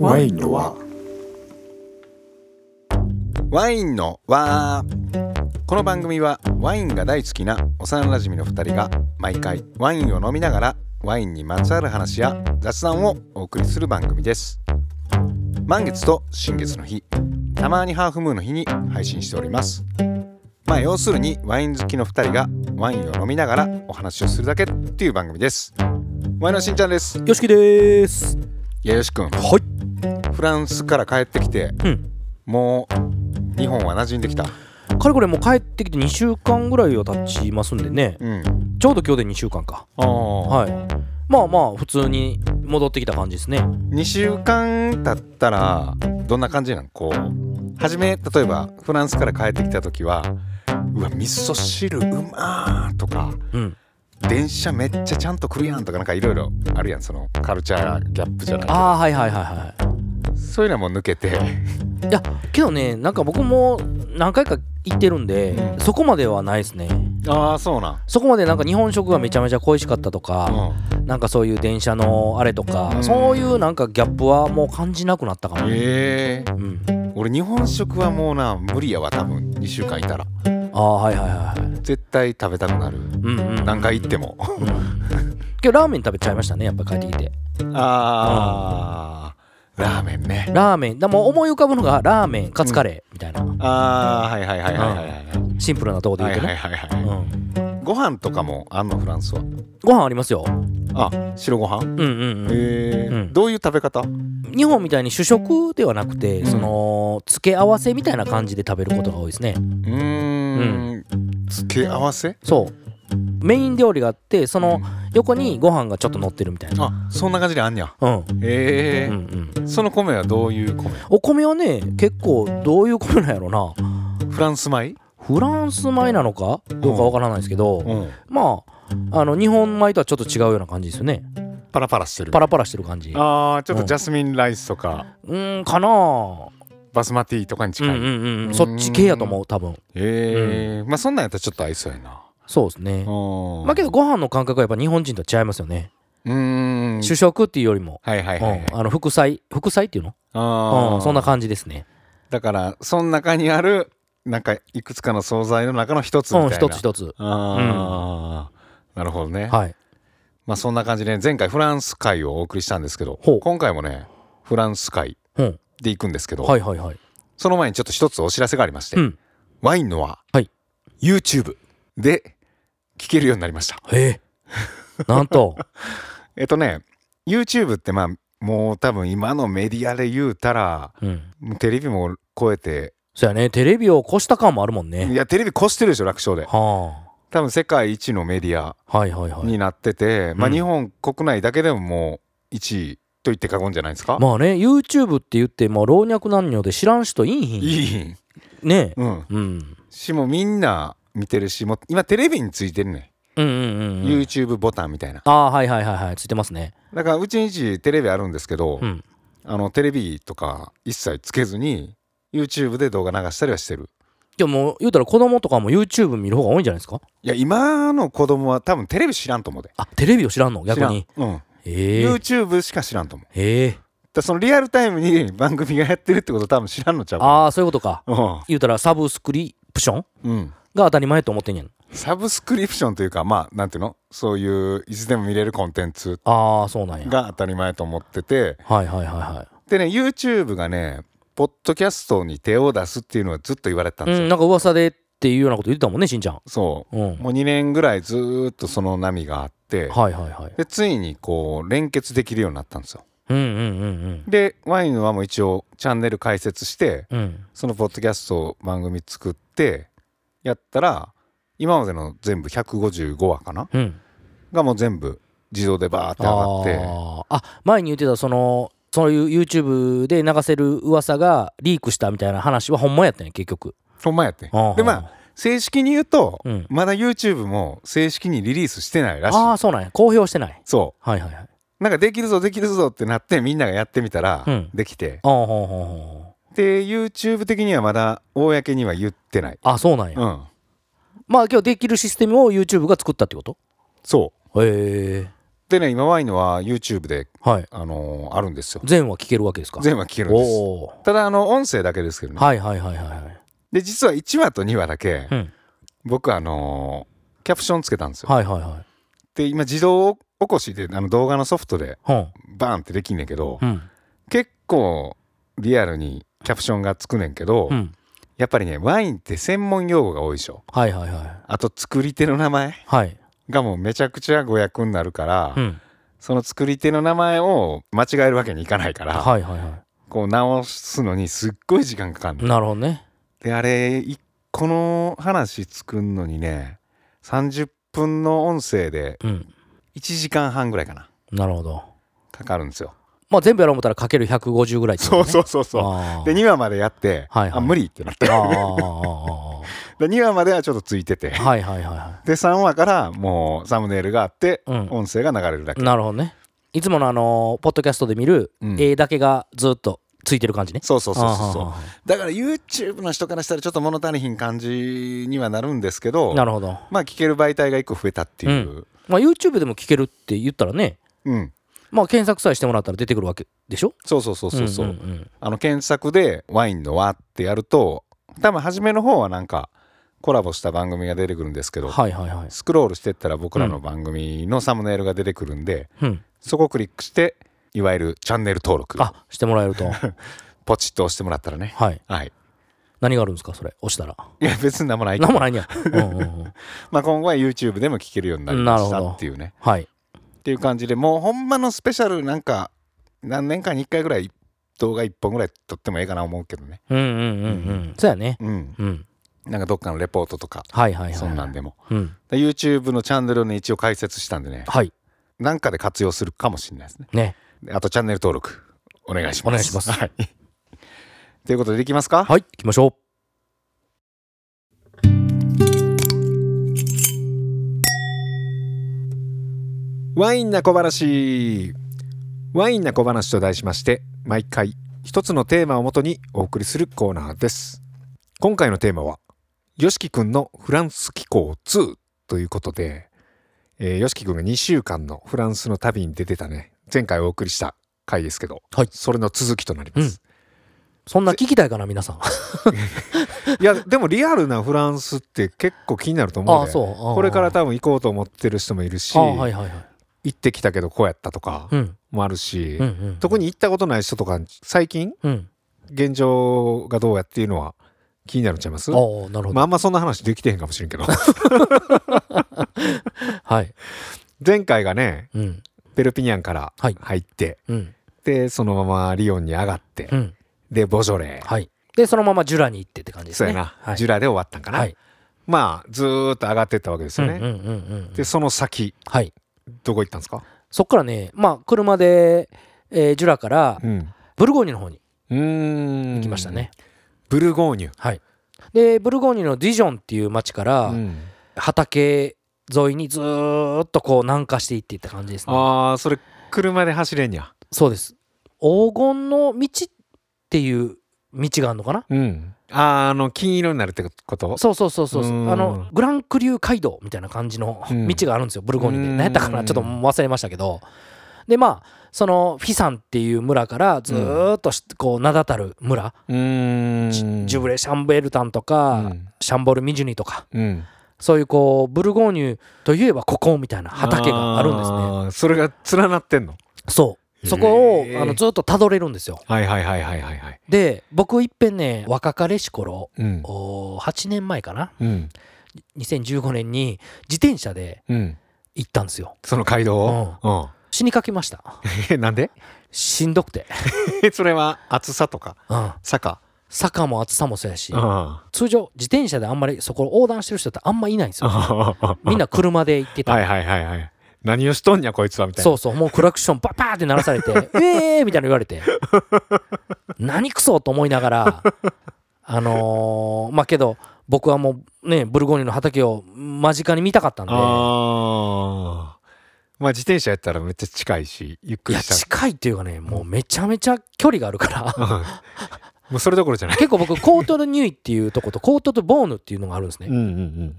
ワインの輪ワインのわこの番組はワインが大好きな幼なじみの2人が毎回ワインを飲みながらワインにまつわる話や雑談をお送りする番組です満月と新月の日たまにハーフムーンの日に配信しておりますまあ要するにワイン好きの2人がワインを飲みながらお話をするだけっていう番組ですワインのしんちゃんですよしきですいやよしくんはいフランスから帰ってきてうんもう日本は馴染んできたかれこれもう帰ってきて2週間ぐらいは経ちますんでねうんちょうど今日で2週間かああはいまあまあ普通に戻ってきた感じですね2週間経ったらどんな感じなんこう初め例えばフランスから帰ってきた時は「うわ味噌汁うまー」とかうん「電車めっちゃちゃんと来るやん」とかなんかいろいろあるやんそのカルチャーギャップじゃないけどああはいはいはいはいそういうのはもう抜けていやけどねなんか僕も何回か行ってるんで、うんそこまではないですねああそうなそこまでなんか日本食がめちゃめちゃ恋しかったとか、ん、なんかそういう電車のあれとか、うんそういうなんかギャップはもう感じなくなったかな、ええうん、俺日本食はもうな無理やわ多分2週間いたらああはいはいはいはい絶対食べたくなるうんうん何回行ってもうん今日ラーメン食べちゃいましたねやっぱ帰ってきてああラーメンねラーメンだもう思い浮かぶのがラーメンカツカレーみたいな、ああはいはいはいはいはいはいシンプルなとこでは言ういとはいね、はいはうん、いご飯とかもあんのフランスはご飯ありますよあ白ご飯うんうんうんへうえんどういう食べ方日本みたいに主食ではなくて、うんその付け合わせみたいな感じで食べることが多いですねうーん付け合わせそうメイン料理があってその横にご飯がちょっと乗ってるみたいなあそんな感じであんにゃうんうへんうんえその米はどういう米お米はね結構どういう米なんやろなフランス米フランス米なのかどうかわからないですけど、うんまああの日本米とはちょっと違うような感じですよねパラパラしてるパラパラしてる感じうあーちょっうとんジャスミンライスとかーんかなあバスマティとかうにん近ういへんうんうんそっち系やと思う多分えまあそんなんやったらちょっと合いそうやなそうですねうんまあけどご飯の感覚はやっぱ日本人とは違いますよねうーん主食っていうよりもはいはいはいはいうん、あの副菜副菜っていうの、うあーん、そんな感じですねだからその中にあるなんかいくつかの惣菜の中の一つみたういな、ん一つ一つあーなるほどね、はいまあそんな感じで前回フランス会をお送りしたんですけどほう今回もねフランス会うんで行くんですけど、はいはいはいその前にちょっと一つお知らせがありまして、うんワインのは、はい YouTube で聞けるようになりましたえ えなんとえっとね YouTube ってまあもう多分今のメディアで言うたらうんもうテレビも超えてそやねテレビを越した感もあるもんいねやテレビ越してるでしょ楽勝では多分世界一のメディアあはいはいはいになってて、まあ、うん日本国内だけでももう1位と言って過言じゃないですか。まあね YouTube って言って、まあ、老若男女で知らん人いんひんいい、ねえうん、うんしもうみんな見てるしもう今テレビについてるね、うんうんうんうんん、YouTube ボタンみたいなああはいはいはいはいついてますねだからうちんちテレビあるんですけど、うんあのテレビとか一切つけずに YouTube で動画流したりはしてるでも言うたら子供とかも YouTube 見る方が多いんじゃないですかいや今の子供は多分テレビ知らんと思うであテレビを知らんの逆に知らん、うんええ YouTube しか知らんと思うだかええらそのリアルタイムに番組がやってるってこと多分知らんのちゃうああそういうことかあ言うたらサブスクリプションうん、うんが当たり前と思ってんやんサブスクリプションというかまあなんていうのそういういつでも見れるコンテンツああそうなんやが当たり前と思っててはいはいはいはでね YouTube がねポッドキャストに手を出すっていうのはずっと言われてたんいですうよ、んなんか噂でっていうようなこと言ってたもんねしんちゃんそうんうもう2年ぐらいずーっとその波があってはいはいはいでついにこう連結できるようになったんですようんうんうんでワインはもう一応チャンネル開設してうんうんそのポッドキャスト番組作ってやったら今までの全部155話かなうんがもう全部自動でバーって上がってあーあ前に言ってたそのそういう YouTube で流せる噂がリークしたみたいな話はほんまやったんや結局ほんまやって。あーでまあ正式に言うと、うんまだ YouTube も正式にリリースしてないらしい。ああそうなんや公表してないそ。はいはいはいうなんかできるぞできるぞってなってみんながやってみたらうんできて。あーほうほうほで YouTube 的にはまだ公には言ってない。うあそうなんや、うん。まあ今日できるシステムを YouTube が作ったってことそへえう。でね今ワインのは YouTube で、はいあのーあるんですよ全話聞けるわけですか全話聞けるんですおおただあの音声だけですけどね、はいはいはいはいはいで実は1話と2話だけ、うん僕あのーキャプションつけたんですよ、はいはいはいで今自動起こしであの動画のソフトでうんバーンってできんねんけど、うん結構リアルにキャプションがつくねんけど、うんやっぱりねワインって専門用語が多いでしょはいはいはいあと作り手の名前はいがもうめちゃくちゃ誤訳になるから、うんその作り手の名前を間違えるわけにいかないから、はいはいはこう直すのにすっごい時間かかるいなるほどねであれいこの話作んのにね30分の音声でうん1時間半ぐらいかななるほどかかるんですよ、まあ全部やろう思ったらかける150ぐらいそう そうそうそううでで2話までやって、はいはいあ無理ってなってあーあーあで2話まではちょっとついててーあーはいはいはいはで3話からもうサムネイルがあって、うん音声が流れるだけ、いなるほどねいつものあのーポッドキャストで見るうん絵だけがずっとついてる感じねそうそうそうそうそうあーはーはだから YouTube の人からしたらちょっと物足りひん感じにはなるんですけーどなるほどまあ聞ける媒体が1個増えたっていう、まあ YouTube でも聞けるって言ったらねうん、まあ検索さえしてもらったら出てくるわけでしょそうそうそうそうそう、んんんあの検索で「ワインの輪」ってやると多分初めの方はなんかコラボした番組が出てくるんですけど、はいはいはいスクロールしてったら僕らの番組のサムネイルが出てくるんで、うんそこをクリックしていわゆるチャンネル登録あしてもらえると ポチッと押してもらったらねはいはい何があるんですかそれ押したらいや別に何もないけ何どもないねうんうんうんまあ、今後は YouTube でも聞けるようになりましなるたほどっていうねはいっていう感じでもうほんまのスペシャルなんか何年かに1回ぐらい動画1本ぐらい撮ってもええかな思うけどねうんうんうんうんそうやねうんうんなんかどっかのレポートとかはいはいはいそんなんでもうんで YouTube のチャンネルをね一応解説したんでねはいなんかで活用するかもしれないですねねであとチャンネル登録お願いしまおす願いし ますはい、ということでできますかはい行きましょワインな小話ワインな小話と題しまして毎回一つのテーマをもとにお送りするコーナーです今回のテーマは「よしきくんのフランス紀行2」ということで、えー、よしきくんが2週間のフランスの旅に出てたね前回お送りした回ですけど、はいそれの続きとなります、うそんな聞きたいかな 皆さんいやでもリアルなフランスって結構気になると思あうあでそうこれからた多分行こうと思ってる人もいるし、ああはいはいはい行ってきたけどこうやったとかうんもあるし、うんうん特に行ったことない人とか最近うん現状がどうやっていうのは気になるんちゃいますあまあなるほああどんまそんな話できてへんかもしれんけ どはい前回がねうんペルピニャンからはい入って、うんでそのままリヨンに上がって、うんでボジョレー、はいでそのままジュラに行ってって感じですそうねやな、はいジュラで終わったんかな、はいまあずーっと上がってったわけですうんようね、んうんうんでその先はいどこ行ったんですかそっからねまあ車でえージュラからうんブルゴーニュの方にうーん行きましたねブルゴーニュ、はいでブルゴーニュのディジョンっていう町からうん畑沿いにずーっとこう南下していっていった感じですねああそれ車で走れんやそうです黄金の道っていう道があるのかなうんあーあの金色になるってことそうそうそうそうそううんあのグランクリュー街道みたいな感じのうん道があるんですよ、ブルゴーニュでうん何やったかなちょっと忘れましたけどでまあそのフィサンっていう村からずーっとしこう名だたる村、うーんジュジュブレ・シャンベルタンとか、うんシャンボル・ミジュニとかうん、そういうこうブルゴーニュといえばここみたいな畑があるんですねねそれが連なってんのそうそこをへーあのずっとたどれるんですよはいはいはいはいはいはいで僕いっぺんね若かりし頃うんお8年前かなうん2015年に自転車でうん行ったんですよその街道をうん死にかけましたえなんでしんどくて、それは暑さとかうん、坂坂も暑さもそうやしあ通常自転車であんまりそこを横断してる人ってあんまいないんですよあみんな車で行ってたはいはいはいはい何をしとんやこいつはみたいなそうそうもうクラクションパッパーって鳴らされて 「えー!」みたいなの言われ て「何クソ!」と思いながらあのーまあけど僕はもうねブルゴーニュの畑を間近に見たかったんでああまあ自転車やったらめっちゃ近いしゆっくいりやした近いっていうかねもうめちゃめちゃ距離があるからうんもうそれどころじゃない結構僕コート・ド・ニュイっていうとことコート・ド・ボーヌっていうのがあるんですねんうんう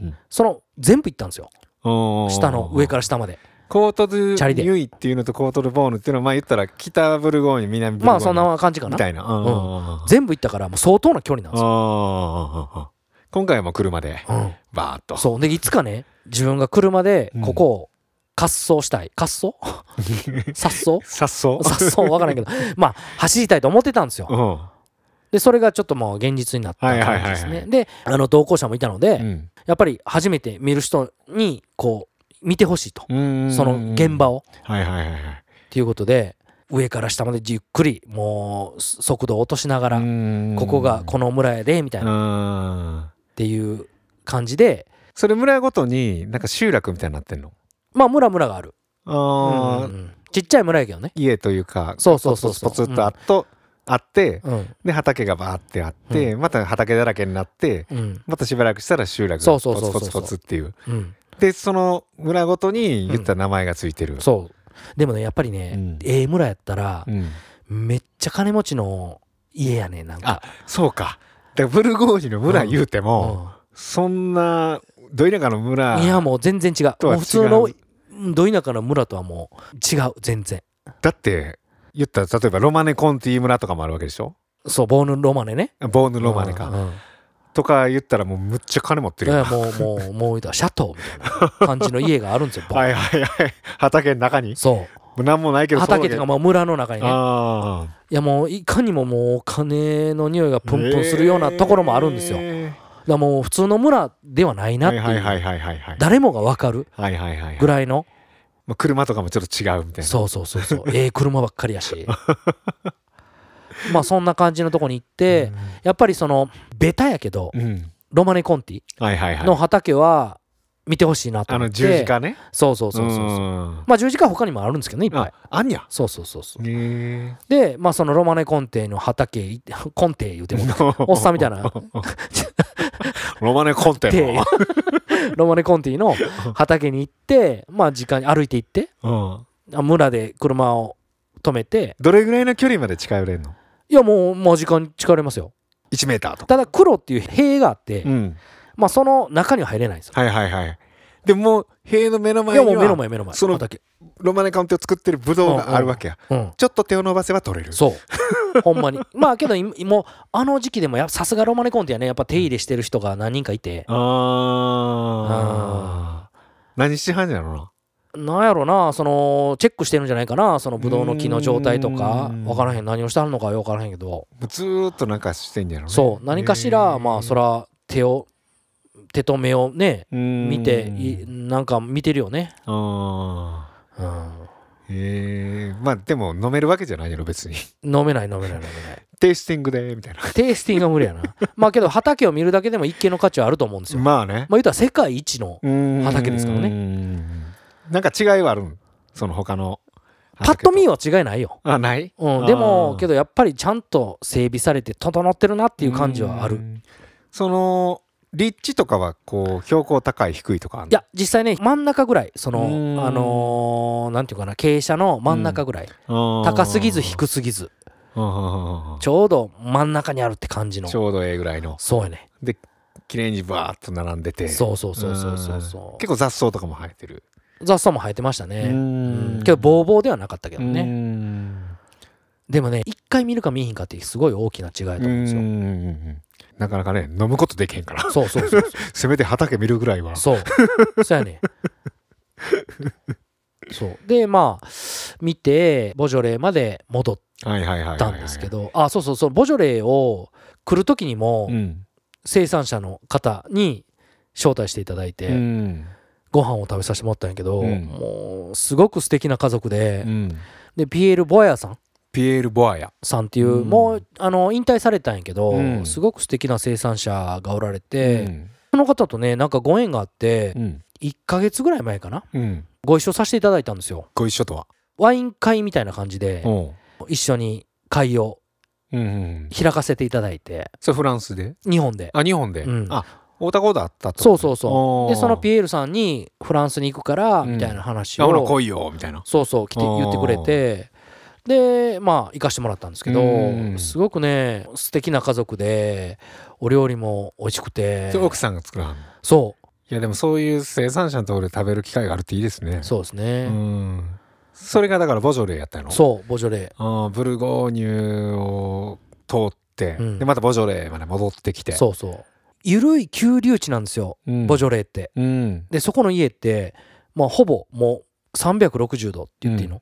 んその全部行ったんですようん下の上からら下までコート・ドゥ・チャリでユイっていうのとコート・ドゥ・ボーヌっていうのはまあ言ったら北ブルゴーニュ南ブルゴーニュまあそんな感じかみなたいなうんうんうんうん全部行ったからもう相当な距離なんですよ、ああ今回はもう車でうんバーっとそうでいつかね自分が車でここを滑走したい滑走 殺走さっそ殺走わ からないけどまあ走りたいと思ってたんですよう、んでそれがちょっともう現実になった感じですね、はいはいはいはであの同行者もいたので、うんやっぱり初めて見る人にこう見てほしいと、うんその現場をはいはいはいはいっていうことで上から下までゆっくりもう速度を落としながら、うんここがこの村やでみたいなっうんていう感じでそれ村ごとになんか集落みたいになってんのまあ村村がある、うあんーうんうんちっちゃい村やけどね家というかそうそうそうポツそうポツポツっとあっとあってうんで畑がバーってあってまた畑だらけになってうんまたしばらくしたら集落そがうそポうそうツそうポツポツっていううんでその村ごとに言ったら名前がついてるそうでもねやっぱりね、うんええ村やったらう、んめっちゃ金持ちの家やねなんかあそうかだからブルゴーニュの村言うても、うんそんなど田舎の村いやもう全然違うともは違うう普通のうんど田舎の村とはもう違う全然だって言ったら例えばロマネ・コンティ村とかもあるわけでしょそうボーヌ・ロマネねボーヌ・ロマネか、うんうんとか言ったらもうむっちゃ金持ってるよだからもうもうもう言うたらシャトーみたいな感じの家があるんですよボーン はいはいはい畑の中にそもう何もないけうど畑とかまもあ村の中にねああいやもういかにももうお金の匂いがプンプンするようなところもあるんですよ、だえからもう普通の村ではないーなっはていいう、はいはいはいはいはい誰もが分かるはいはいはいぐはいらいの、まあ車とかもちょっと違うみたいなそうそうそう そうええ車ばっかりやしまあそんな感じのとこに行って、やっぱりそのベタやけど、うん、うんロマネ・コンティはいはいはいの畑は見てほしいなとあ思のって、十字架ねそうそうそうそうそううんまあ十字架他にもあるんですけどねいっぱいああんにゃそうそうそうそうねでまあそのロマネ・コンテの畑い コンテ言う ても おっさんみたいなロマネコンテでの。 ロマネ・コンティの畑に行ってまあ時間に歩いて行ってうんあ村で車を止めてどれぐらいの距離まで近寄れんのいやもうもう時間に近寄れますよ ?1 メーターとか。ただ黒っていう塀があって、うん。まあその中には入れないんですよはいはいはい。でもう塀の目のい前やにもう目のは前目の前その畑ロマネカンテを作ってるブドウがあるわけや。うんちょっと手を伸ばせば取れる。そう。 ほんまに。まあけど、今もうあの時期でもやさすがロマネコンティはね、やっぱ手入れしてる人が何人かいて、あー。何しはんやろな。なんやろな、その、チェックしてるんじゃないかな、そのブドウの木の状態とうかーん、わからへん、何をしてはるのかよ、わからへんけど、もうずーっとなんかしてんやろね。そう、何かしら、まあ、そら、手を、手と目をね、見見て、いなんか見てるよね。あーうん。へえ。まあでも飲めるわけじゃないやろ別に。 飲めない飲めない飲めない。テイスティングでみたいな。テイスティングは無理やな。 まあけど畑を見るだけでも一見の価値はあると思うんですよ。ままあね。あ言うたら世界一の畑畑ですからねね。なんか違いはあるんその他のパッと見よは違いないよ。あないうん、でもけどっどやっぱりちゃんと整備されて整ってるなっていう感じはあるその立地とかはこう標高高い低いとかあんのいや実際ね真ん中ぐらいそのうんあのーなんていうかな傾斜の真ん中ぐらい高高すぎず低すぎずちちょうど真ん中にあるって感じのちょうどええぐらいのそうやね綺麗にバーッと並んでてそうそうそうそうそうそんう結構雑草とかも生えてる雑草も生えてましたねううんんけどボーボーではなかったけどうねんでもね一回見るか見えへんかってすごい大きな違いだと思うんですうよんなかなかね飲むことできへんから そうそうそうそうせめて畑見るぐらいはそう。そうやね。そう。で、まあ、見て、ボジョレーまで戻っはいはいはいはいはいたんですけど、あ、そうそうそう、ボジョレーを来る時にも、うん生産者の方に招待していただいて、うんご飯を食べさせてもらったんやけど、うんもう、すごく素敵な家族で、うんで、ピエール・ボヤさん。ピエール・ボアヤ。さんっていう、うんもうあの引退されたんやけど、うんすごく素敵な生産者がおられうて、んその方とねなんかご縁があって、うん1ヶ月ぐらい前かなうん、ご一緒させていただいたんですよご一緒とは。ワイン会みたいな感じでうん一緒に会をうんうん、開かせていただいてそれフランスで日本であ日本で、うんあ太田郷だったってそことうそうそうでそのピエエールさんにフランスに行くからうんみたいな話あほらを来いよみたいな。そうそう来てあー言ってくれてでまあ行かしてもらったんですけうどんすごくね素敵な家族でお料理も美味しくてそれ奥さんが作らはんのそういやでもそういう生産者のところで食べる機会があるっていいですねそうですうね、んそれがだからボジョレーやったのそうボジョレあーブルゴーニュを通って、うんでまたボジョレーまで戻ってきてーそうそう緩い急流地なんですよ、うん、ボジョレーってうんでそこの家って、まあ、ほぼもう360度って言っていいの、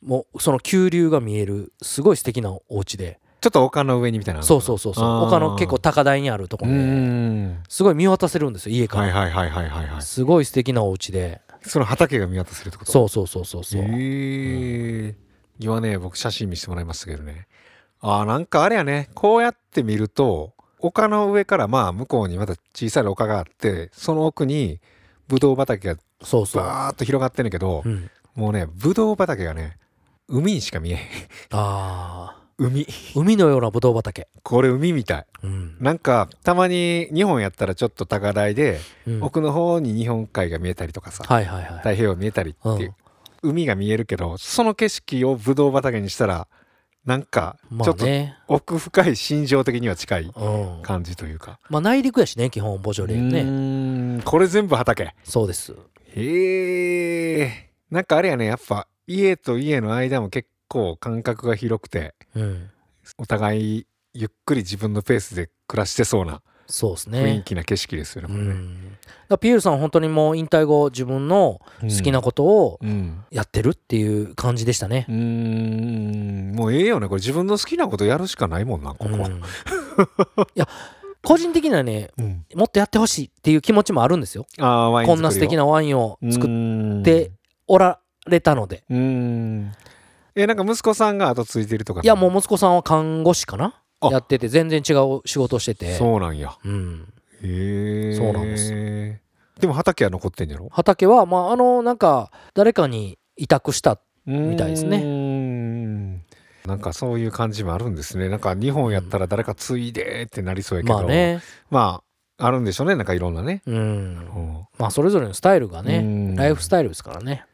もうその急流が見えるすごい素敵なお家でちょっと丘の上にみたいなそうそうそうそうあー他の結構高台にあるとこうろで、んすごい見渡せるんですよ家から、はいはいはいはいはいはいすごい素敵なお家でその畑が見渡せるってことそうそうそうそうそう、へえ今ね僕写真見せてもらいましたけどねあーなんかあれやねこうやって見ると丘の上からまあ向こうにまた小さい丘があってその奥にブドウ畑がそうそう、バーッと広がってんねんけどうん、もうねブドウ畑がね海にしか見えへんあ海 ー海のようなぶどう畑これ海みたいうん、なんかたまに日本やったらちょっと高台で、うん奥の方に日本海が見えたりとかさ、はいはいはい太平洋見えたりっていう、海が見えるけどその景色をブドウ畑にしたらなんかまちょあっとね、奥深い心情的には近いうん、感じというか、まあ内陸やしね基本ボジョレーうねーんこれ全部畑そうですへえなんかあれやねやっぱ家と家の間も結構間隔が広くてうんお互いゆっくり自分のペースで暮らしてそうなそうです雰囲ね気な景色ですよねうこれね、んだからピエールさん本当にもう引退後自分の好きなことをうんやってるっていう感じでしたねうーんもうええよねこれ自分の好きなことやるしかないもんなここうは、ん いや個人的にはねうんもっとやってほしいっていう気持ちもあるんですよああワインこんな素敵ななワインを作っってておられたのでうーんえなんか息子さんが後継いでるとかいやもう息子さんは看護師かなあやってて全然違う仕事をしててそうなんやうんへえそうなんですでも畑は残ってんじゃろ畑は、まあ、あのなんか誰かに委託したみたいですねねなんかそういう感じもあるんですねなんか日本やったら誰か継いでってなりそうやけどまあねまああるんでしょうねなんかいろんなね、うんうんまあそれぞれのスタイルがうねんライフスタイルですからね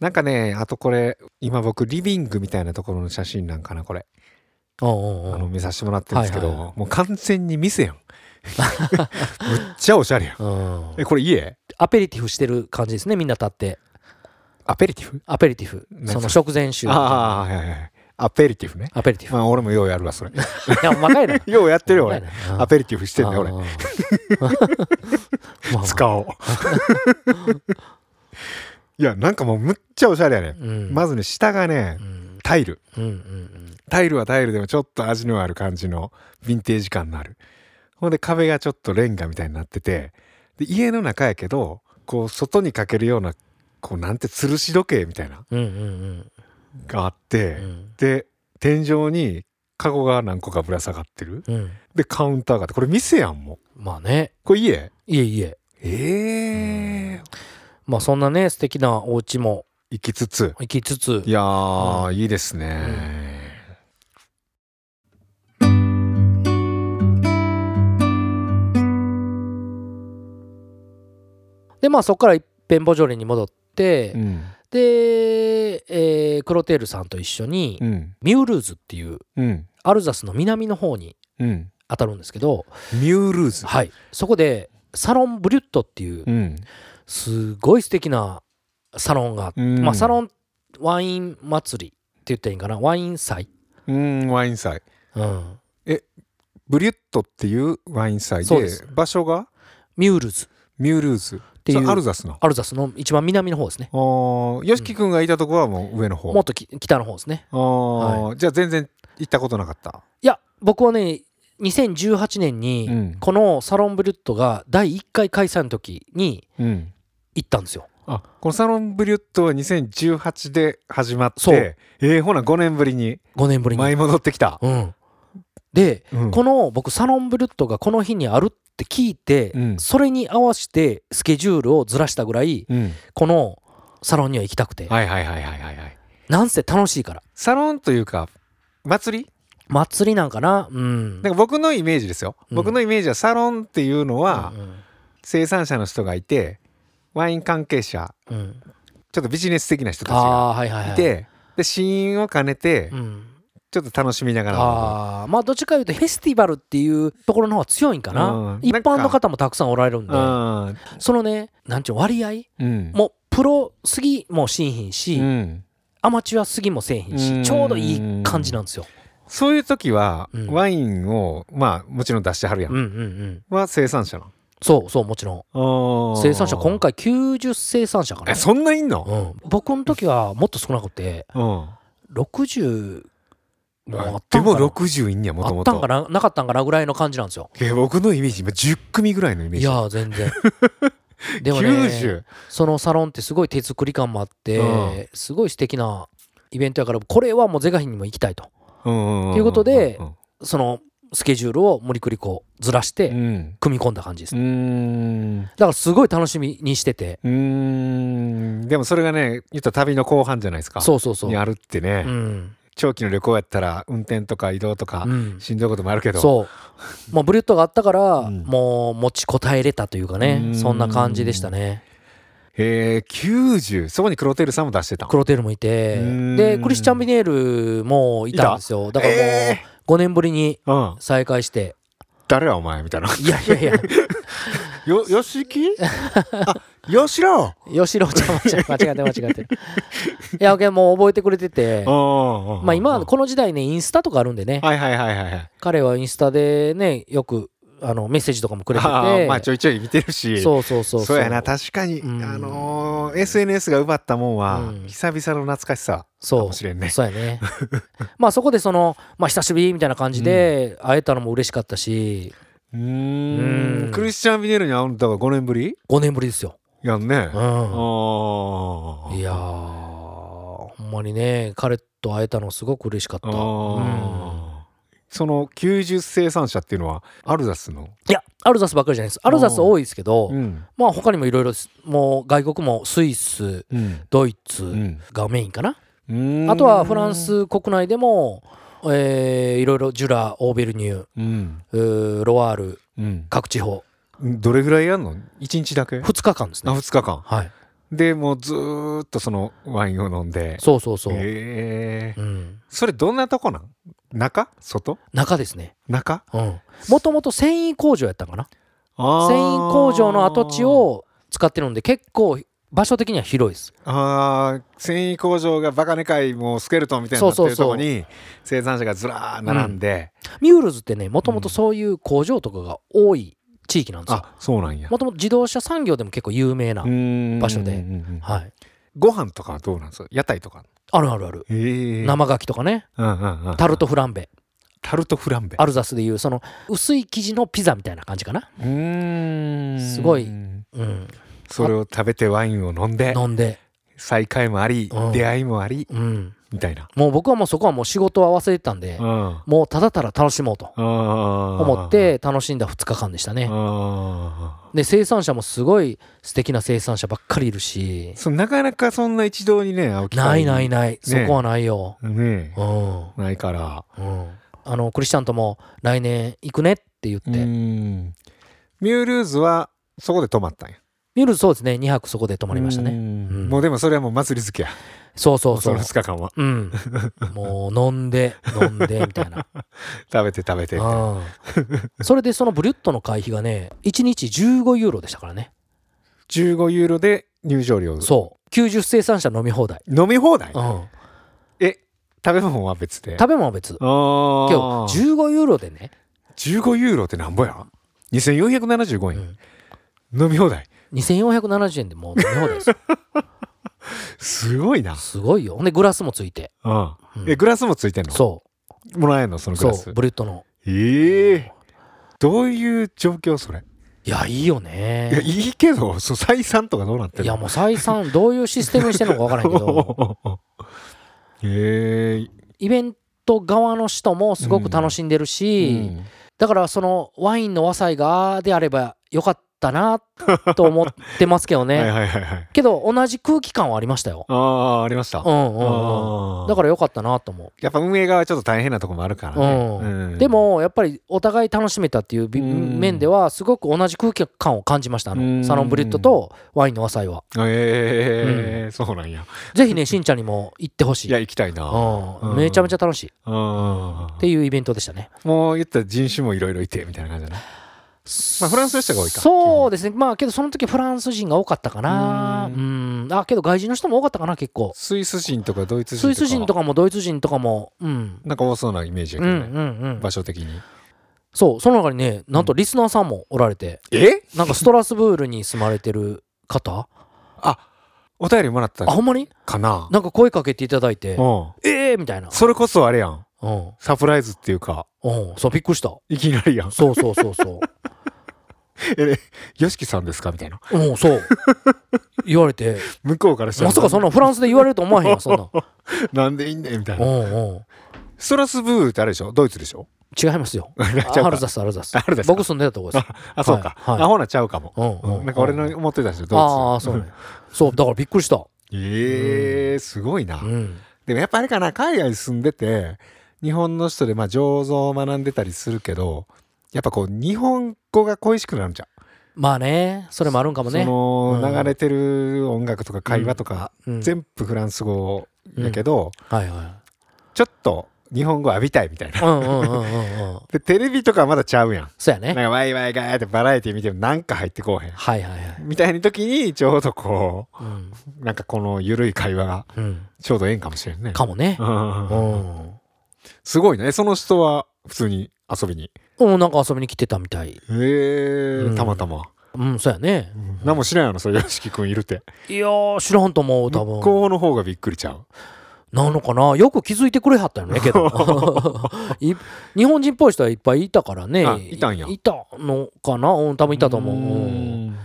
なんかねあとこれ今僕リビングみたいなところの写真なんかなこれうんうんあうのん見させてもらってるんですけど、はいはいはもう完全に店やんむっちゃおし ゃれやんうんえこれ家アペリティフしてる感じですねみんな立ってアペリティフアペリティフなんかその食前酒アああーはいはいはいアペリティフねペリティフまあ俺もようやるわそれ いや若いなようやってるよ若い 俺なアペリティフしてんね俺あー まあまあ使お ういやなんかもうむっちゃおしゃれやねうんまずね下がねうんタイルうんうんうんタイルはタイルでもちょっと味のある感じのヴィンテージ感のあるほんで壁がちょっとレンガみたいになっててで家の中やけどこう外にかけるようなこうなんて吊るし時計みたいなうんうんがあって、うんで天井にカゴが何個かぶら下がってるうんうんでカウンターがあってこれ店やんもうまあねこれ家いえいえええまあそんなね素敵なお家も行きつつ行きつついやー、いいですね、でまあそこから一遍ボジョレに戻って、うんで、えークロテールさんと一緒に、うんミュールーズっていううんアルザスの南の方にうん当たるんですけど、ミュールーズはい、そこでサロンブリュットっていううんすごい素敵なサロンがあって、うんまあ、サロンワイン祭りって言ったらいいんかなワイン祭、うんワイン祭うん、ブリュットっていうワイン祭そうでです場所がミュールズミュールーズっていうアルザスのアルザスの一番南の方ですねあーよしきくんがいたとこはもう上の方もっとき北の方ですねあー、じゃあ全然行ったことなかったいや僕はね2018年に、うんこのサロンブリュットが第1回開催の時にうん行ったんですよあこのサロンブリュットは2018で始まっそうてえー、ほな5年ぶりに5年ぶりに舞い戻ってきた、うん、で、うんこの僕サロンブルットがこの日にあるって聞いて、うんそれに合わせてスケジュールをずらしたぐらいうん、このサロンには行きたくて、はいはいはいはいはいはいなんせ楽しいからサロンというか祭り祭りなんかなうんなんか僕のイメージですよ、うん僕のイメージはサロンっていうのはうんうん生産者の人がいてワイン関係者うんちょっとビジネス的な人たちがああーはいはいはいいて、で試飲を兼ねてうんちょっと楽しみながらもあーまあどっちかいうとフェスティバルっていうところの方が強いんかな、うん一般なんのか方もたくさんおられるんであそのねなんちゅう割合ーうんもうプロすぎもしんひんし、うんアマチュアすぎもせえへんうんしちょうどいい感じなんですよ。そういう時はうんワインをまあもちろん出してはるやうんんうんうん、は生産者なそうそうもちろんの生産者今回回90生産者かなえ、そんないんのうん、僕の時はもっと少なくてうん60もうあったでんかもな60いんやもとあもっとたんかななかったんかなぐらいの感じなんですよ。いや僕のイメージ今10組ぐらいのイメーいジやー全 然でもね90そのサロンってすごい手作り感もあって、うんすごい素敵なイベントやからこれはもうゼガヒンにも行きたいととということでそのスケジュールを無理くりこうずらしてうん組み込んだ感じです、うーんだからすごい楽しみにしててうーんでもそれがね言ったら旅の後半じゃないですかそうそうそうにあるってね、うん、長期の旅行やったら運転とか移動とかうん、しんどいこともあるけど そうもうブリュットがあったから、うんもう持ちこたえれたというかねうんそんな感じでしたねへえ90そこにクロテルさんも出してたクロテルもいてうんでクリスチャン・ビネールもいたんですよだからもうえ5年ぶりにうん再会して誰やお前みたいないやいやい やよよし きあよしろ吉郎ちゃん間違えて間違えて間違えてるいやけどもう覚えてくれててままあ今はこの時代ねインスタとかあるんでねはいはいはいはいはい彼はインスタでねよくあのメッセージとかもくれてあーてまあちょいちょい見てるしそうそうそうそうやな確かに、うんあのー SNS が奪ったもんは、うん久々の懐かしさかそうもしれん ねそうやねまあそこでその、まあ、久しぶりみたいな感じで会えたのも嬉しかったしうーうんんクリスチャン・ビネールに会うんだが5年ぶり5年ぶりですよ、やんねうあん、ーいやーほんまにね彼と会えたのすごく嬉しかった、あうん、ーその90生産者っていうのはアルザスのいやアルザスばっかりじゃないですアルザス多いですけど、うんまあ他にもいろいろですもう外国もスイスうんドイツうんがメインかな、うーんあとはフランス国内でも、えーいろいろジュラオーベルニューうんうーロワールうん各地方どれぐらいやんの1日だけ2日間ですあね2日間はいでもうずーっとそのワインを飲んでそうそうそう、えーうん、それどんなとこなん中外中ですね中もともと繊維工場やったんかな繊繊維工場の跡地を使ってるんで結構場所的には広いですあー繊維工場がバカネかいもうスケルトンみたいになってそうそるうそうとこに生産者がずらー並んで、ミュールズってねもともとそういう工場とかが多い地域なんですよあそうなんやもともと自動車産業でも結構有名な、場場所ではいご飯とかはどうなんですか屋台とかあるあるあるへえ生牡蠣とかねタルトフランベタルトフランベアルザスでいうその薄い生地のピザみたいな感じかな、うーんすごいうん、それを食べてワインを飲んで飲んで、再会もあり、うん出会いもありうん、みたいな、もう僕はもうそこはもう仕事は忘れてたんで、うん、もうただただ楽しもうと思思って楽しんだ2日間でしたねで生産者もすごい素敵な生産者ばっかりいるしそうなかなかそんな一堂にね会う機な会いないない、そこはないよ、ねうんないからうんあのクリスチャンとも来年行くねって言って、うんミュールーズはそこで泊まったんやミュールズそうですね2泊そこで泊まりましたうねんうんもうでもそれはもう祭り好きやそうそうそそうの2日間はうんもう飲んで飲んでみたい な食べて食べてみたいなうんそれでそのブリュットの会費がね1日15ユーロでしたからね15ユーロで入場料そう90生産者飲み放題、飲み放題うん、え食べ物は別で食べ物は別あー今日15ユーロでね、 15ユーロってなんぼや2475う円ん、飲み放題2470円でもう飲み放題ですよすごいなすごいよほんでグラスもついて、うんうんえグラスもついてんのそもらえんのそのうグそラスうブリュットのええどういう状況それ、いやいいよねいやいいけどそう採算とかどうなっているやもう採算どういうシステムにしてるのか分からへん けどへえイベント側の人もすごく楽しんでるし、だからそのワインの和裁がああであればよかっったなと思ってますけどね、はいはいはいはいけど同じ空気感はありましたよ、ああありました、うんうんうん、だから良かったなと思うやっぱ運営側はちょっと大変なとこもあるからね、うんうんでもやっぱりお互い楽しめたっていうびうん面ではすごく同じ空気感を感じましたあうのんサロンブリッドとワインの和菜はええそうなんやぜひねしんちゃんにも行ってほしいいや行きたいなうんうんめちゃめちゃ楽しいっうんていうイベントでしたねもう言ったら人種もいろいろいてみたいな感じだねまあフランスの人が多いかそうですねまあけどその時フランス人が多かったかなううんあけど外人の人も多かったかな結構スイス人とかドイツ人とスかイス人とかもドイツ人とかもうんなんか多そうなイメージやうけんうどんね、うん場所的にそうその中にねなんとリスナーさんもおられてえなんかストラスブールに住まれてる方あお便りもらったあほんまにかななんか声かけていただいて、うんええー、みたいな。それこそあれやんうん。サプライズっていうかうん。そう、びっくりした。いきなりやんそうそうそうそえ YOSHIKI さんですかみたいな う。うん、そう。言われて、向こうからしたらまさかそんなフランスで言われると思わへんよ、そんな。なんでいんねんみたいうなんうん。ストラスブールってあれでしょドイツでしょ 違いますよ。違うかアルザス、アルザスアルザ。スか僕住んでたとこです。あそうかはいはいアホなちゃうかもうんうん。なんか俺の思ってたんですよドイツああ、そうね。そう、だからびっくりした。ええすごいなうん。でもやっぱあれかな海外に住んでて日本の人でまあ醸造を学んでたりするけどやっぱこう日本語が恋しくなるんじゃんまあね、それもあるんかもね。そうんの流れてる音楽とか会話とか、うん全部フランス語やけど、はいは。ちょっと日本語浴びたいみたいないうんうんうんうんうん。でテレビとかまだちゃうやんそうやなんね。かワイワイガーってバラエティ見てもなんか入ってこうへんはいはいはい。みたいな時にちょうどこうん。うなんかこの緩い会話がうん。ちょうどええんかもしれんねかもね。うんううんうんん。すごいねその人は普通に遊びにうん、なんか遊びに来てたみたい。へえうんたまたま、うん、そうやね。何も知らんやろそれよしきくんいるっていやー知らんと思う多向分こうの方がびっくりちゃうなのかなよく気づいてくれはったよねけ どい日本人っぽい人はいっぱいいたからねあいたんやいたのかなうん多分いたと思ううんい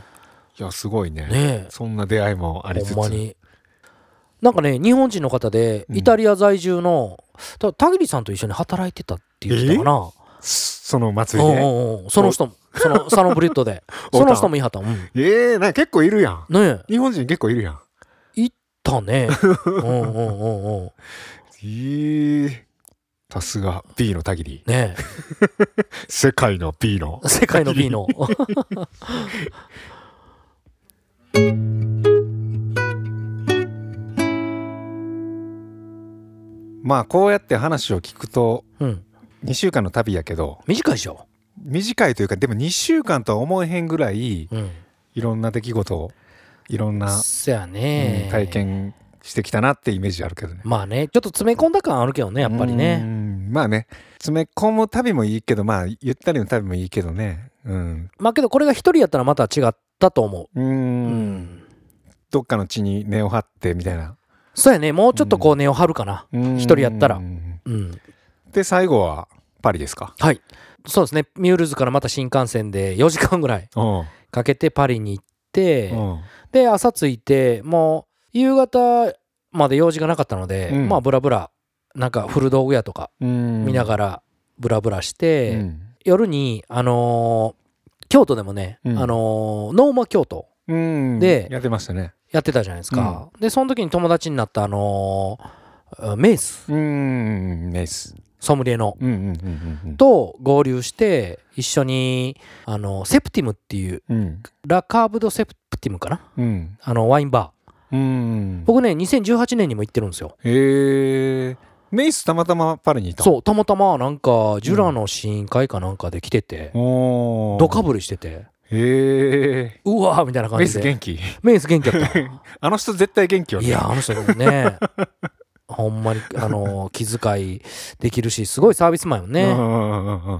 やすごいねねそんな出会いもありえつつほんまになんかね日本人の方でうんイタリア在住のた田切さんと一緒に働いてたって言ってたかなその祭うりんうでんうんその人 もそのサロンブリッドでおそったの人もいはったうんねええなんか結構いるやんえ日本人結構いるやんいた ねうんうんうんうんええさすが B のたぎりね世界の B のえ世界の B のまあこうやって話を聞くとうん2週間の旅やけど短いでしょ短いというかでも2週間とは思えへんぐらいうんいろんな出来事をいろんな、そやうねん、体験してきたなってイメージあるけどねまあねちょっと詰め込んだ感あるけどねやっぱりうねんまあね詰め込む旅もいいけどまあゆったりの旅もいいけどねうんまあけどこれが一人やったらまた違ったと思うんううんどっかの地に根を張ってみたいなそうやねもうちょっとこう根を張るかな一人やったらうんで最後はパリですかはいそうですねミュールズからまた新幹線で4時間ぐらいうん、かけてパリに行ってうんで朝着いてもう夕方まで用事がなかったのでうんまあブラブラなんか古道具屋とかうん見ながらブラブラして、うん夜にあのー京都でもね、うんあのーノーマ京都うんでやってましたねやってたじゃないですか、でその時に友達になったあのーメイスうんナイスソムリエの、うんうんうんうんと合流して一緒にあのセプティムっていううんラカーブドセプティムかなうんあのワインバーうん僕ね2018年にも行ってるんですよへえメイスたまたまパリにいたそうたまたまなんかジュラの試飲会かなんかで来てて、おおドカぶりしててへえうわーみたいな感メイじスで元気メイス元気だった あの人絶対元気よねいやあの人 ねほんまにあの気遣いできるしすごいサービスマンよね、うんうんうんうん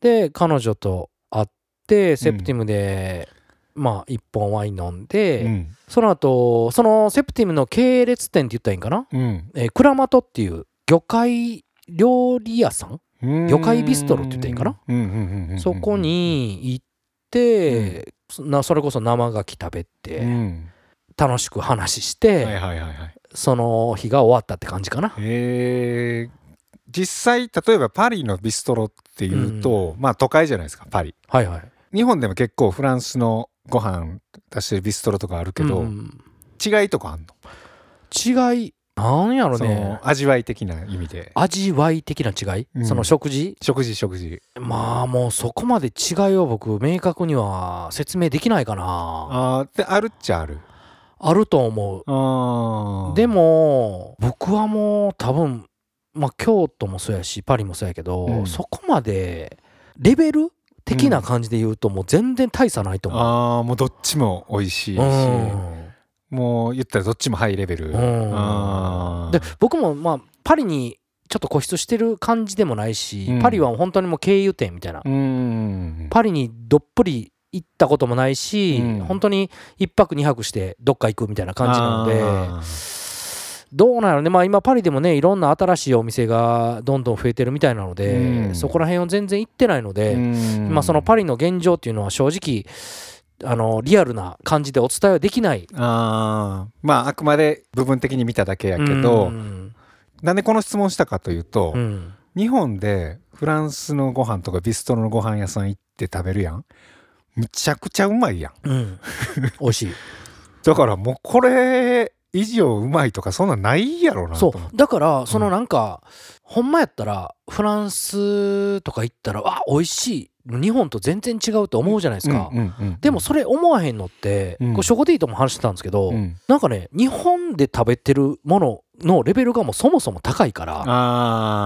で彼女と会ってセプティムで、まあ1本ワイン飲んで、うんその後そのセプティムの系列店って言ったらいいんかな、うんえークラマトっていう魚介料理屋さん、うん魚介ビストロって言っていいんかなうんうんうんうんうんそこに行って、そなそれこそ生牡蠣食べて、うん楽しく話しはて、いはいはいはいその日が終わったって感じかな。えー実際例えばパリのビストロっていうと、まあ都会じゃないですかパリはいはい。日本でも結構フランスのご飯出してるビストロとかあるけど、うん違いとかあんの違いなんやろそねの味わい的な意味で味わい的な違い、うんその食事食事食事まあもうそこまで違いを僕明確には説明できないかなあーであるっちゃあるあると思うあーでも僕はもう多分まあ京都もそうやしパリもそうやけど、うんそこまでレベル的な感じで言うともう全然大差ないと思う。あーもうどっちも美味しいし、うんもう言ったらどっちもハイレベル、うんあーで僕もまあパリにちょっと固執してる感じでもないし、うんパリは本当にもう経由点みたいな、うんパリにどっぷり行ったこともないし、うん本当に1泊2泊してどっか行くみたいな感じなのであどうなのねまあ今パリでもねいろんな新しいお店がどんどん増えてるみたいなので、うんそこら辺を全然行ってないので、ーまあそのパリの現状っていうのは正直あのリアルな感じでお伝えはできないあーまああくまで部分的に見ただけやけど、うんなんでこの質問したかというと、うん日本でフランスのご飯とかビストロのご飯屋さん行って食べるやんむちゃくちゃうまいやんうん、美味しいだからもうこれ以上うまいとかそんなんないやろなとそ思ってうだからそのなんか、ほんまやったらフランスとか行ったらわ美味しい日本と全然違うと思うじゃないですか、うんうんうんでもそれ思わへんのって、うんこれショコディートも話してたんですけど、うんなんかね日本で食べてるもののレベルがもうそもそも高いから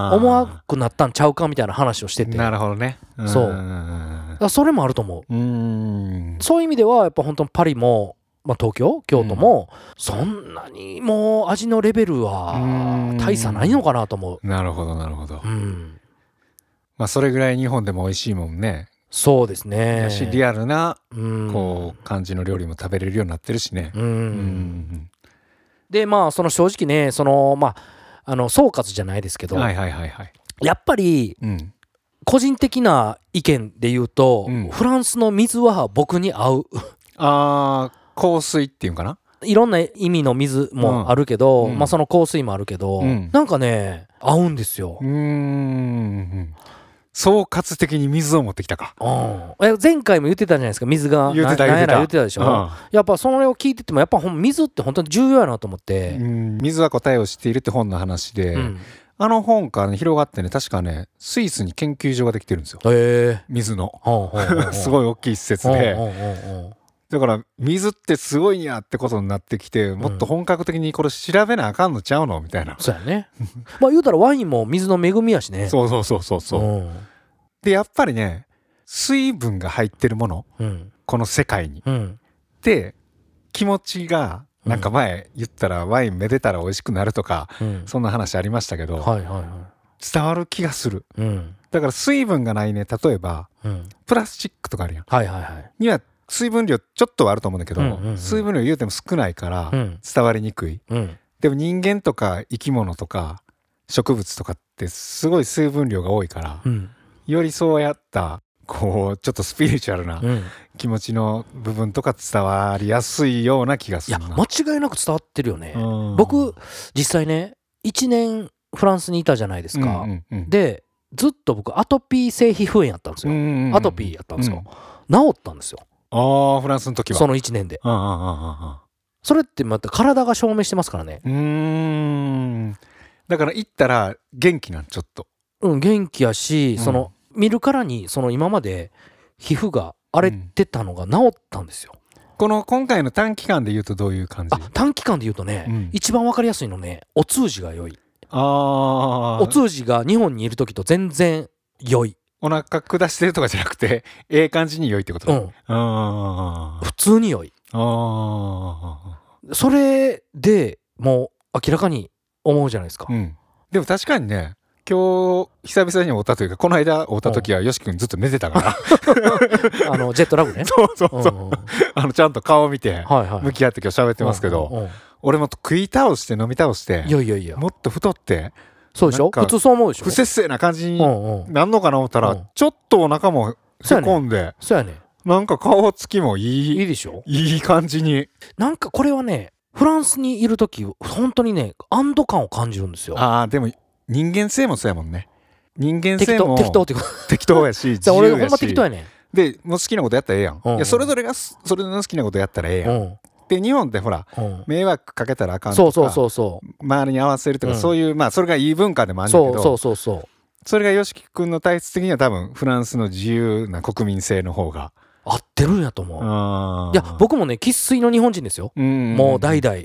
あー思わくなったんちゃうかみたいな話をしててなるほどねそううんだからそれもあると思ううんそういう意味ではやっぱ本当にパリも、まあ、東京京都も、そんなにもう味のレベルはうん大差ないのかなと思うなるほどなるほど、うんまあそれぐらい日本でも美味しいもんね、そうですねだしリアルなうんこう感じの料理も食べれるようになってるしね、うんうんでまあその正直ねそのまああの総括じゃないですけど、はいはいはいはい、やっぱりうん、個人的な意見で言うと、うんフランスの水は僕に合う あー香水っていうんかないろんな意味の水もあるけど、うんうんまあ、その香水もあるけど、うんなんかね合うんですよう、ーん総括的に水を持ってきたかうんえ前回も言ってたじゃないですか水が言ってたななんやら言言っっててたたでしょ、やっぱそれを聞いててもやっぱほん水って本当に重要やなと思って、うん水は答えを知っているって本の話で、うんあの本から、ね、広がってね確かねスイスに研究所ができてるんですよへえ水の すいごい大きい施設でだから水ってすごいんやってことになってきてもっと本格的にこれ調べなあかんのちゃうのみたいな、そうや ね。まあ言うたらワインも水の恵みやしね。そうそうそうそうそう、うん。でやっぱりね水分が入ってるものうん。この世界にっうん。て気持ちがなんか前言ったらワインめでたら美味しくなるとか、うん。そんな話ありましたけど、はいはいは伝わる気がするい。うん。だから水分がないね例えばうん。プラスチックとかあるやんはいはいはい。には水分量ちょっとはあると思うんだけど、うんうんうん水分量言うても少ないからうん。伝わりにくい、うん。でも人間とか生き物とか植物とかってすごい水分量が多いから、うん。よりそうやったこうちょっとスピリチュアルなうん。気持ちの部分とか伝わりやすいような気がすいるや、な。間違いなく伝わってるよね。うん僕、実際ね、1年フランスにいたじゃないですかうん。うんうんで、ずっと僕、アトピー性皮膚炎やったんですうんよ。うんうんアトピーやったんですよう治ったんですよ。ああフランスの時は。その1年で。うんうんうんうんうんそれってまた体が証明してますからね。うーんだから行ったら元気なんちょっと。うん、元気やし、うんその見るからにその今まで皮膚が荒れてたのが治ったんですよ、この今回の短期間で言うとどういう感じあ短期間で言うとね、うん一番わかりやすいのねお通じが良いあおー通じが日本にいる時と全然良い、お腹下してるとかじゃなくてええ感じに良いってことううんん、あー普通に良いあそれでもう明らかに思うじゃないですか、ーうんでも確かにね今日久々に会ったというかこの間会った時はよし君ずっと寝てたから あのジェットラグね そうそうそううんうんあのちゃんと顔見てはいはい向き合って今日喋ってますうけどんうんうん俺も食い倒して飲み倒していやいやいやもっと太ってそうでしなょんか普通そう思うでしょ不摂生な感じうにんうんなんのかな思ったら、うんちょっとお腹もへこんで、そうやねなんか顔つきもいい、いいでしょいい感じに。なんかこれはねフランスにいる時本当にね安堵感を感じるんですよああ、でも人間性もそうやもんね。人間適性当も適当っていうか適当やし、自 じゃあ俺由ほやんまし。適当やねでもう好きなことやったらええやん、うんうんいやそれぞれがすそれぞれの好きなことやったらええやん、うんで日本ってほらうん迷惑かけたらあかんそとうそうかそうそ周りに合わせるとか、うんそういうまあそれがいい文化でもあうるんだけそどうそうそうそうそれが YOSHIKI 君の体質的には多分フランスの自由な国民性の方が合ってるんやと思う、いいや僕もね生粋の日本人ですよ、うんもう代々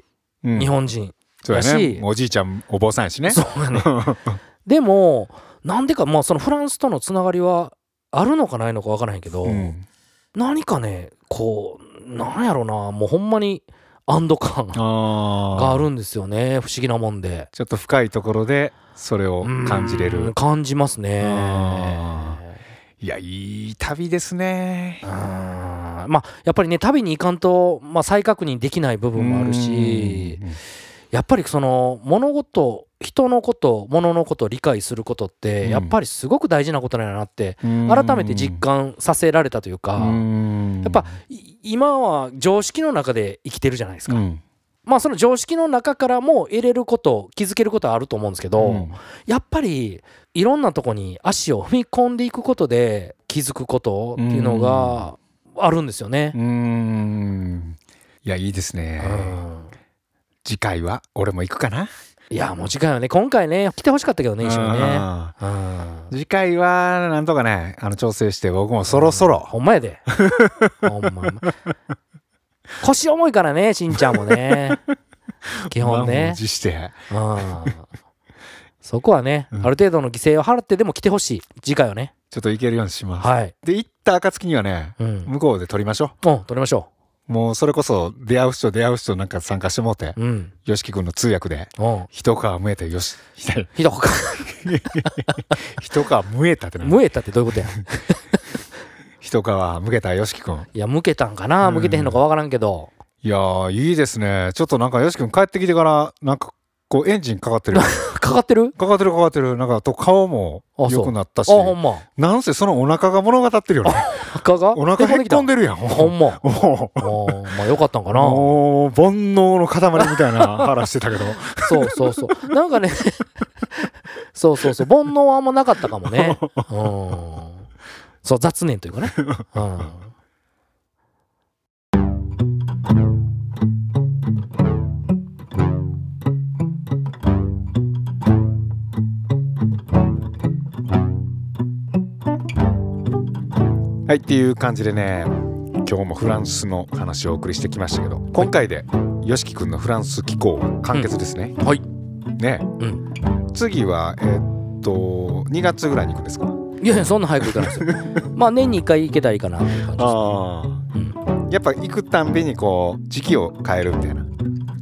うん日本人、そうやだねしもうおじいちゃんお坊さんやしねそうやね でもなんでかまあそのフランスとのつながりはあるのかないのかわからへんけど、うん何かねこうなんやろなもうほんまに安堵感がああーるんですよね不思議なもんでちょっと深いところでそれを感じれうんる感じますねあいやいい旅ですねうんまあやっぱりね旅に行かんと、まあ、再確認できない部分もあるしうんやっぱりその物事人のこと物のことを理解することって、うんやっぱりすごく大事なことなんやなってうん改めて実感させられたというか、うんやっぱい今は常識の中で生きてるじゃないですか、うんまあその常識の中からも得れること気づけることはあると思うんですけど、うんやっぱりいろんなとこに足を踏み込んでいくことで気づくことっていうのがあるんですよね。うんいやいいですねうん次回は俺も行くかないやもう次回はね今回ね来てほしかったけどね一緒にね。ねうん次回はなんとかねあの調整して僕もそろそろほんまやで。ほんまほんま腰重いからねしんちゃんもね基本満ねを。持してうんそこはね、うんある程度の犠牲を払ってでも来てほしい次回はねちょっと行けるようにします、はい、で行った暁にはねうん、向こうで撮りましょお撮りましょうもうそれこそ出会う人出会う人なんか参加してもうてううんよしき君の通訳でお一皮むえて よしひどか一皮むえたってなむえたってどういうことや 一皮むけたよしき君いや向けたんかなうん向けてへんのかわからんけど、いやーいいですねちょっとなんかよしき君帰ってきてからなんかこうエンジンかか ってるかかかってるかってるかかってるなんかと顔もあそう良くなったあしほんまなんせそのお腹が物語ってるよね墓がお腹へっこんでるやへんこんできたほんま もうおーまあよかったんかなもう煩悩の塊みたいな腹してたけどそうそうそうなん かねそうそうそう煩悩はあんまなかったかも ねうんそう雑念というかね、うん、はいっていう感じでね今日もフランスの話をお送りしてきましたけど今回で YOSHIKI 君のフランス寄稿完結ですね、はいね、うん次はえーっと2月ぐらいに行くんですかいやいやそんな早く行かないですよまあ年に1回行けたらいいかなっていう感じですあやっぱ行くたんびにこう時期を変えるみたいない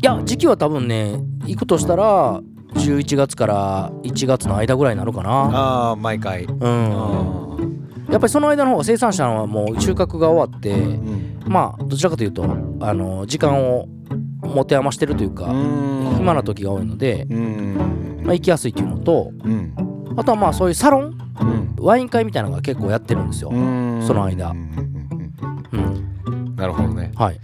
や時期は多分ね行くとしたら11月から1月の間ぐらいになるかなああ毎回うんやっぱりその間の方が生産者はもう収穫が終わってうんまあどちらかというとあの時間を持て余してるというか暇な時が多いので、うんまあ、行きやすいっていうのとうんあとはまあそういうサロンうんワイン会みたいなのが結構やってるんですよ、うんその間うんうんうんうんなるほどねはい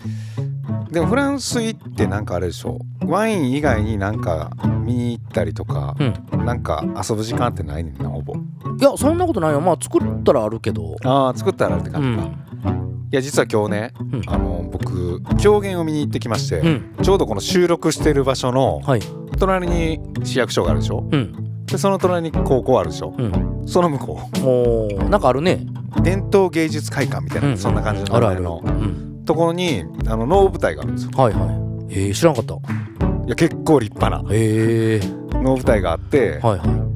でもフランス行ってなんかあれでしょワイン以外になんか見に行ったりとかう、んなんか遊ぶ時間ってないねんなほぼいやそんなことないよまあ作ったらあるけどああ作ったらあるってう感じか、いんや実は今日ね、うんあの僕狂言を見に行ってきまして、うんちょうどこの収録してる場所のはい隣に市役所があるでしょうんでその隣に高校あるでしょうんその向こおーなんかあるねう伝統芸術会館みたいな、うんそんな感じのある名あ前る、のうん、ところにあの能舞台があるんですよはいはいえー、知らんかったいや結構立派なえー、能舞台があって、はいは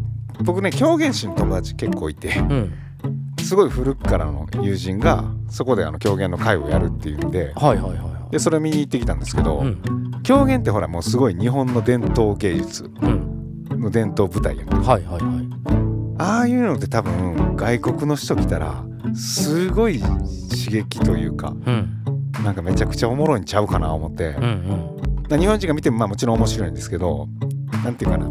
僕ね狂言師の友達結構いていうんすごい古くからの友人がそこであの狂言の会をやるっていうんではいはいはいはでそれを見に行ってきたんですけど、いうん狂言ってほらもうすごい日本の伝統芸術うんの伝統舞台やんかはいはいはいああいうのって多分外国の人来たらすごい刺激というかうんなんかめちゃくちゃおもろいんちゃうかな思って、うんうんまあ日本人が見てもまあもちろん面白いんですけどなんていうかな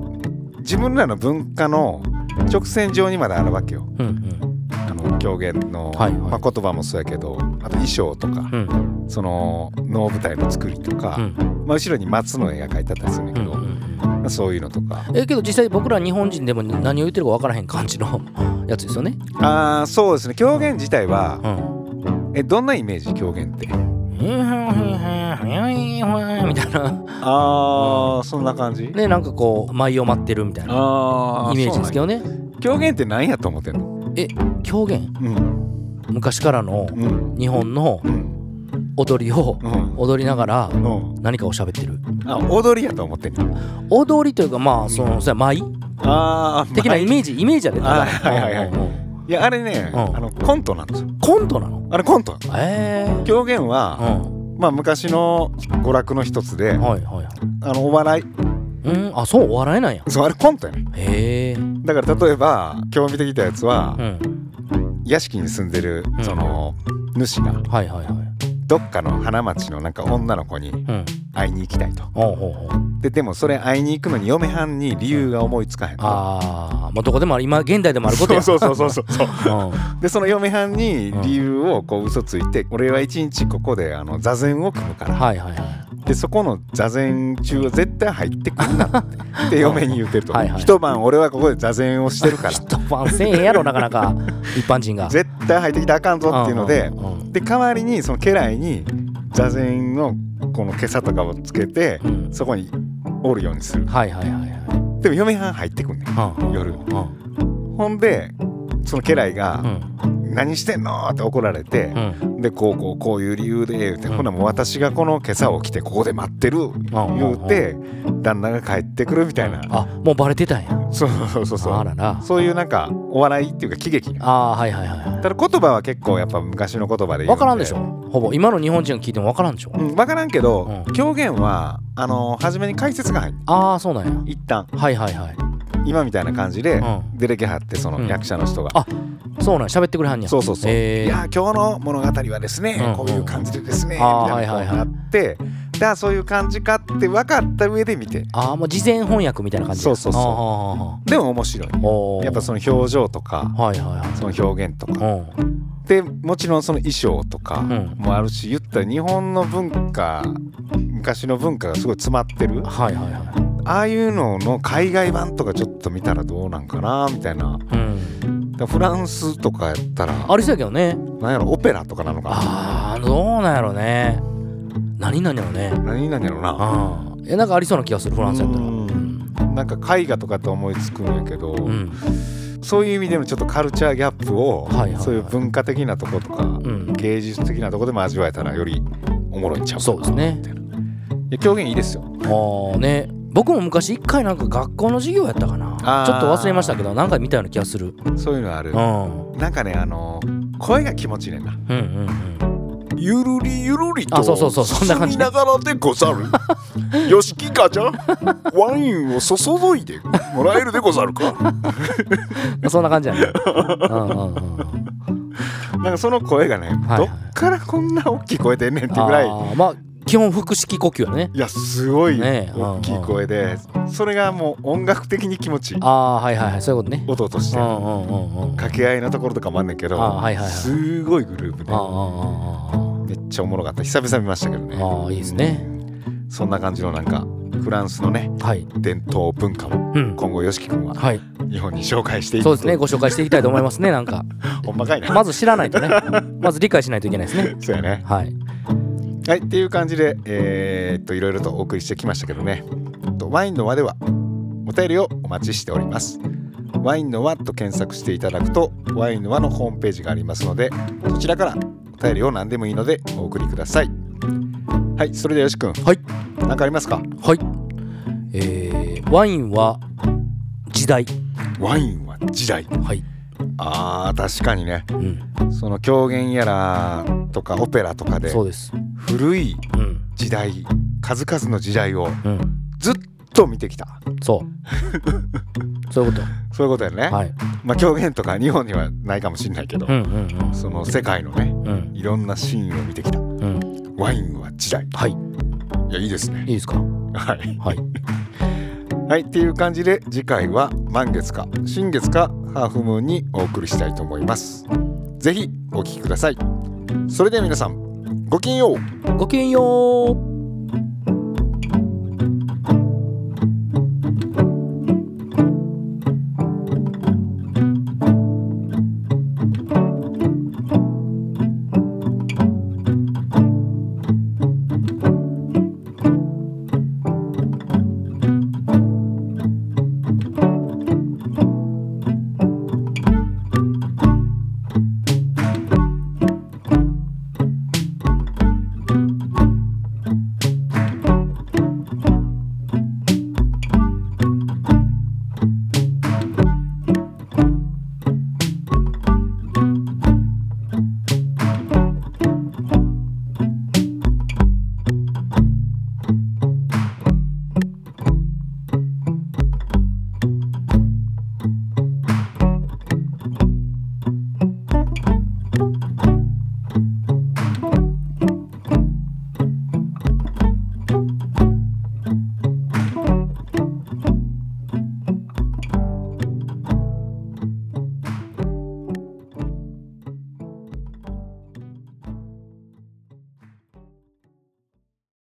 自分らの文化の直線上にまであるわけようんあの狂言の、はいはいまあ、言葉もそうやけどあと衣装とか、うんうんその能舞台の作りとか、うんまあ、後ろに松の絵が描いてあったりするんだうけんど、うんまあそういうのとかえけど実際僕ら日本人でも何を言ってるか分からへん感じのやつですよね。ああそうですね狂言自体はうん、えどんなイメージ狂言ってみたいなああそんな感じねなんかこう舞を待ってるみたいなあイメージですけどどね狂言って何やと思ってんの狂言うん昔からのうん日本のうん踊りをうん踊りながらうん何かを喋ってるあ踊りやと思ってんの踊りというかまあそのそれは舞ああ的なイメージイメージやであはいはいはいうんうんうんいやあれね、うんあのコントなんですよコントなのあれコントええ狂言うは、んまあ昔の娯楽の一つで、はいはいはいあのお笑いうんあそうお笑いなんやそうあれコントやねへえだから例えば今日見てきたやつはう、ん屋敷に住んでるうんその、主がはいはいはいどっかの花町のなんか女の子にうん会いに行きたいとおうおうおうででもそれ会いに行くのに嫁はんに理由が思いつかへんとああまあどこでもある今現代でもあることやそうそうそうそうそううん でその嫁はんに理由をこう嘘ついて、俺は一日ここであの座禅を組むからはいはいはいでそこの座禅中は絶対入ってくんなって で嫁に言ってるとはいはい一晩俺はここで座禅をしてる から一晩せえへんやろなかなか一般人が絶対入ってきたらあかんぞっていうのでんんで代わりにその家来に座禅のこの袈裟とかをつけてうんうんそこにおるようにするはいはいはいはでも嫁はん入ってくんねんいうん夜うんほんでその家来うがん「何してんの?」って怒られてう、んでこうこうこういう理由で言うて、うんほなもう私がこの今朝を着てここで待ってる言うて旦那が帰ってくるみたいなあもうバレてたんやそうそうそうそあうららそういうなんかお笑いっていうか喜劇なあーはいはいはいはただ言葉は結構やっぱ昔の言葉でい言う分からんでしょほぼ今の日本人が聞いても分からんでしょうん、分からんけど、うん狂言はあの初めに解説が入るああそうなんや一旦はいはいはい今みたいな感じでうん出てけはってそのうん役者の人が、あそうなんや喋ってくれはんねやそうそうそう、えいーや今日の物語はですね、うんこういう感じでですね、あーみたいなこはいとにはいはないってだからそういう感じかって分かった上で見てああもう事前翻訳みたいな感じやそうそうそうあーはーはでも面白いーはーおーやっぱその表情とかはいはいはいその表現とかうでもちろんその衣装とかんうんもあるし言ったら日本の文化昔の文化がすごい詰まってるはいはいはああいうのの海外版とかちょっと見たらどうなんかなみたいないうんだからフランスとかやったらありそうやけどねなんやろオペラとかなのかああどうなんやろね何なんやろねな何なんやろなああえなんかありそうな気がするフランスやったらううんんなんか絵画とかって思いつくんやけど、うんそういう意味でもちょっとカルチャーギャップを、はいはいはいそういう文化的なとことか、うん芸術的なとこでも味わえたらよりおもろいんちゃうかなそうですねいや狂言いいですよああね僕も昔一回なんか学校の授業やったかなあーちょっと忘れましたけど何回見たような気がするそういうのあるうんうんなんかねあの声が気持ちいいねんなうんうんゆるりゆるりとあそうそうそうそんな感じ進みながらでござ るよしきかちゃんワインを注いでもらえるでござるかそんな感じやねうんうんうんうん なんかその声がね、はいどっからこんな大きい声出んねんってぐらいあーまあ基本腹式呼吸やねいやすごいねえ大きい声で、それがもう音楽的に気持ちいいああーはいはいはいそういうことね音としてうんうんうんうん掛け合いのところとかもあんねんけど、あはいはいはいすごいグループであーめっちゃおもろかった久々見ましたけどねあーあーあーあーいいですねそんな感じのなんかフランスのねはい伝統文化もうん今後よしき君ははい日本に紹介していくそうですねご紹介していきたいと思いますねなんかほんまかいな、まず知らない とねまず理解しないといけないですねそうやねはいはいっていう感じでえー、っといろいろとお送りしてきましたけどねとワインの輪ではお便りをお待ちしておりますワインの輪と検索していただくとワインの輪のホームページがありますのでそちらからお便りを何でもいいのでお送りくださいはいそれではよし君はい何かありますかはいえー、ワインは時代ワインは時代はい、あー確かにねうん、その狂言やらとかオペラとかでそうです古いうん時代数々の時代をうんずっと見てきたそう そういうこそういうことやね、とはいまあ狂言とか日本にはないかもしれないけど、うんうんその世界のねうんうんいろんなシーンを見てきたうんワインは時代はいいやいいですねいいですかはい、はいはい、っていう感じで次回は満月か新月かハーフムーンにお送りしたいと思いますぜひお聴きくださいそれでは皆さんごきげんようごきげんよう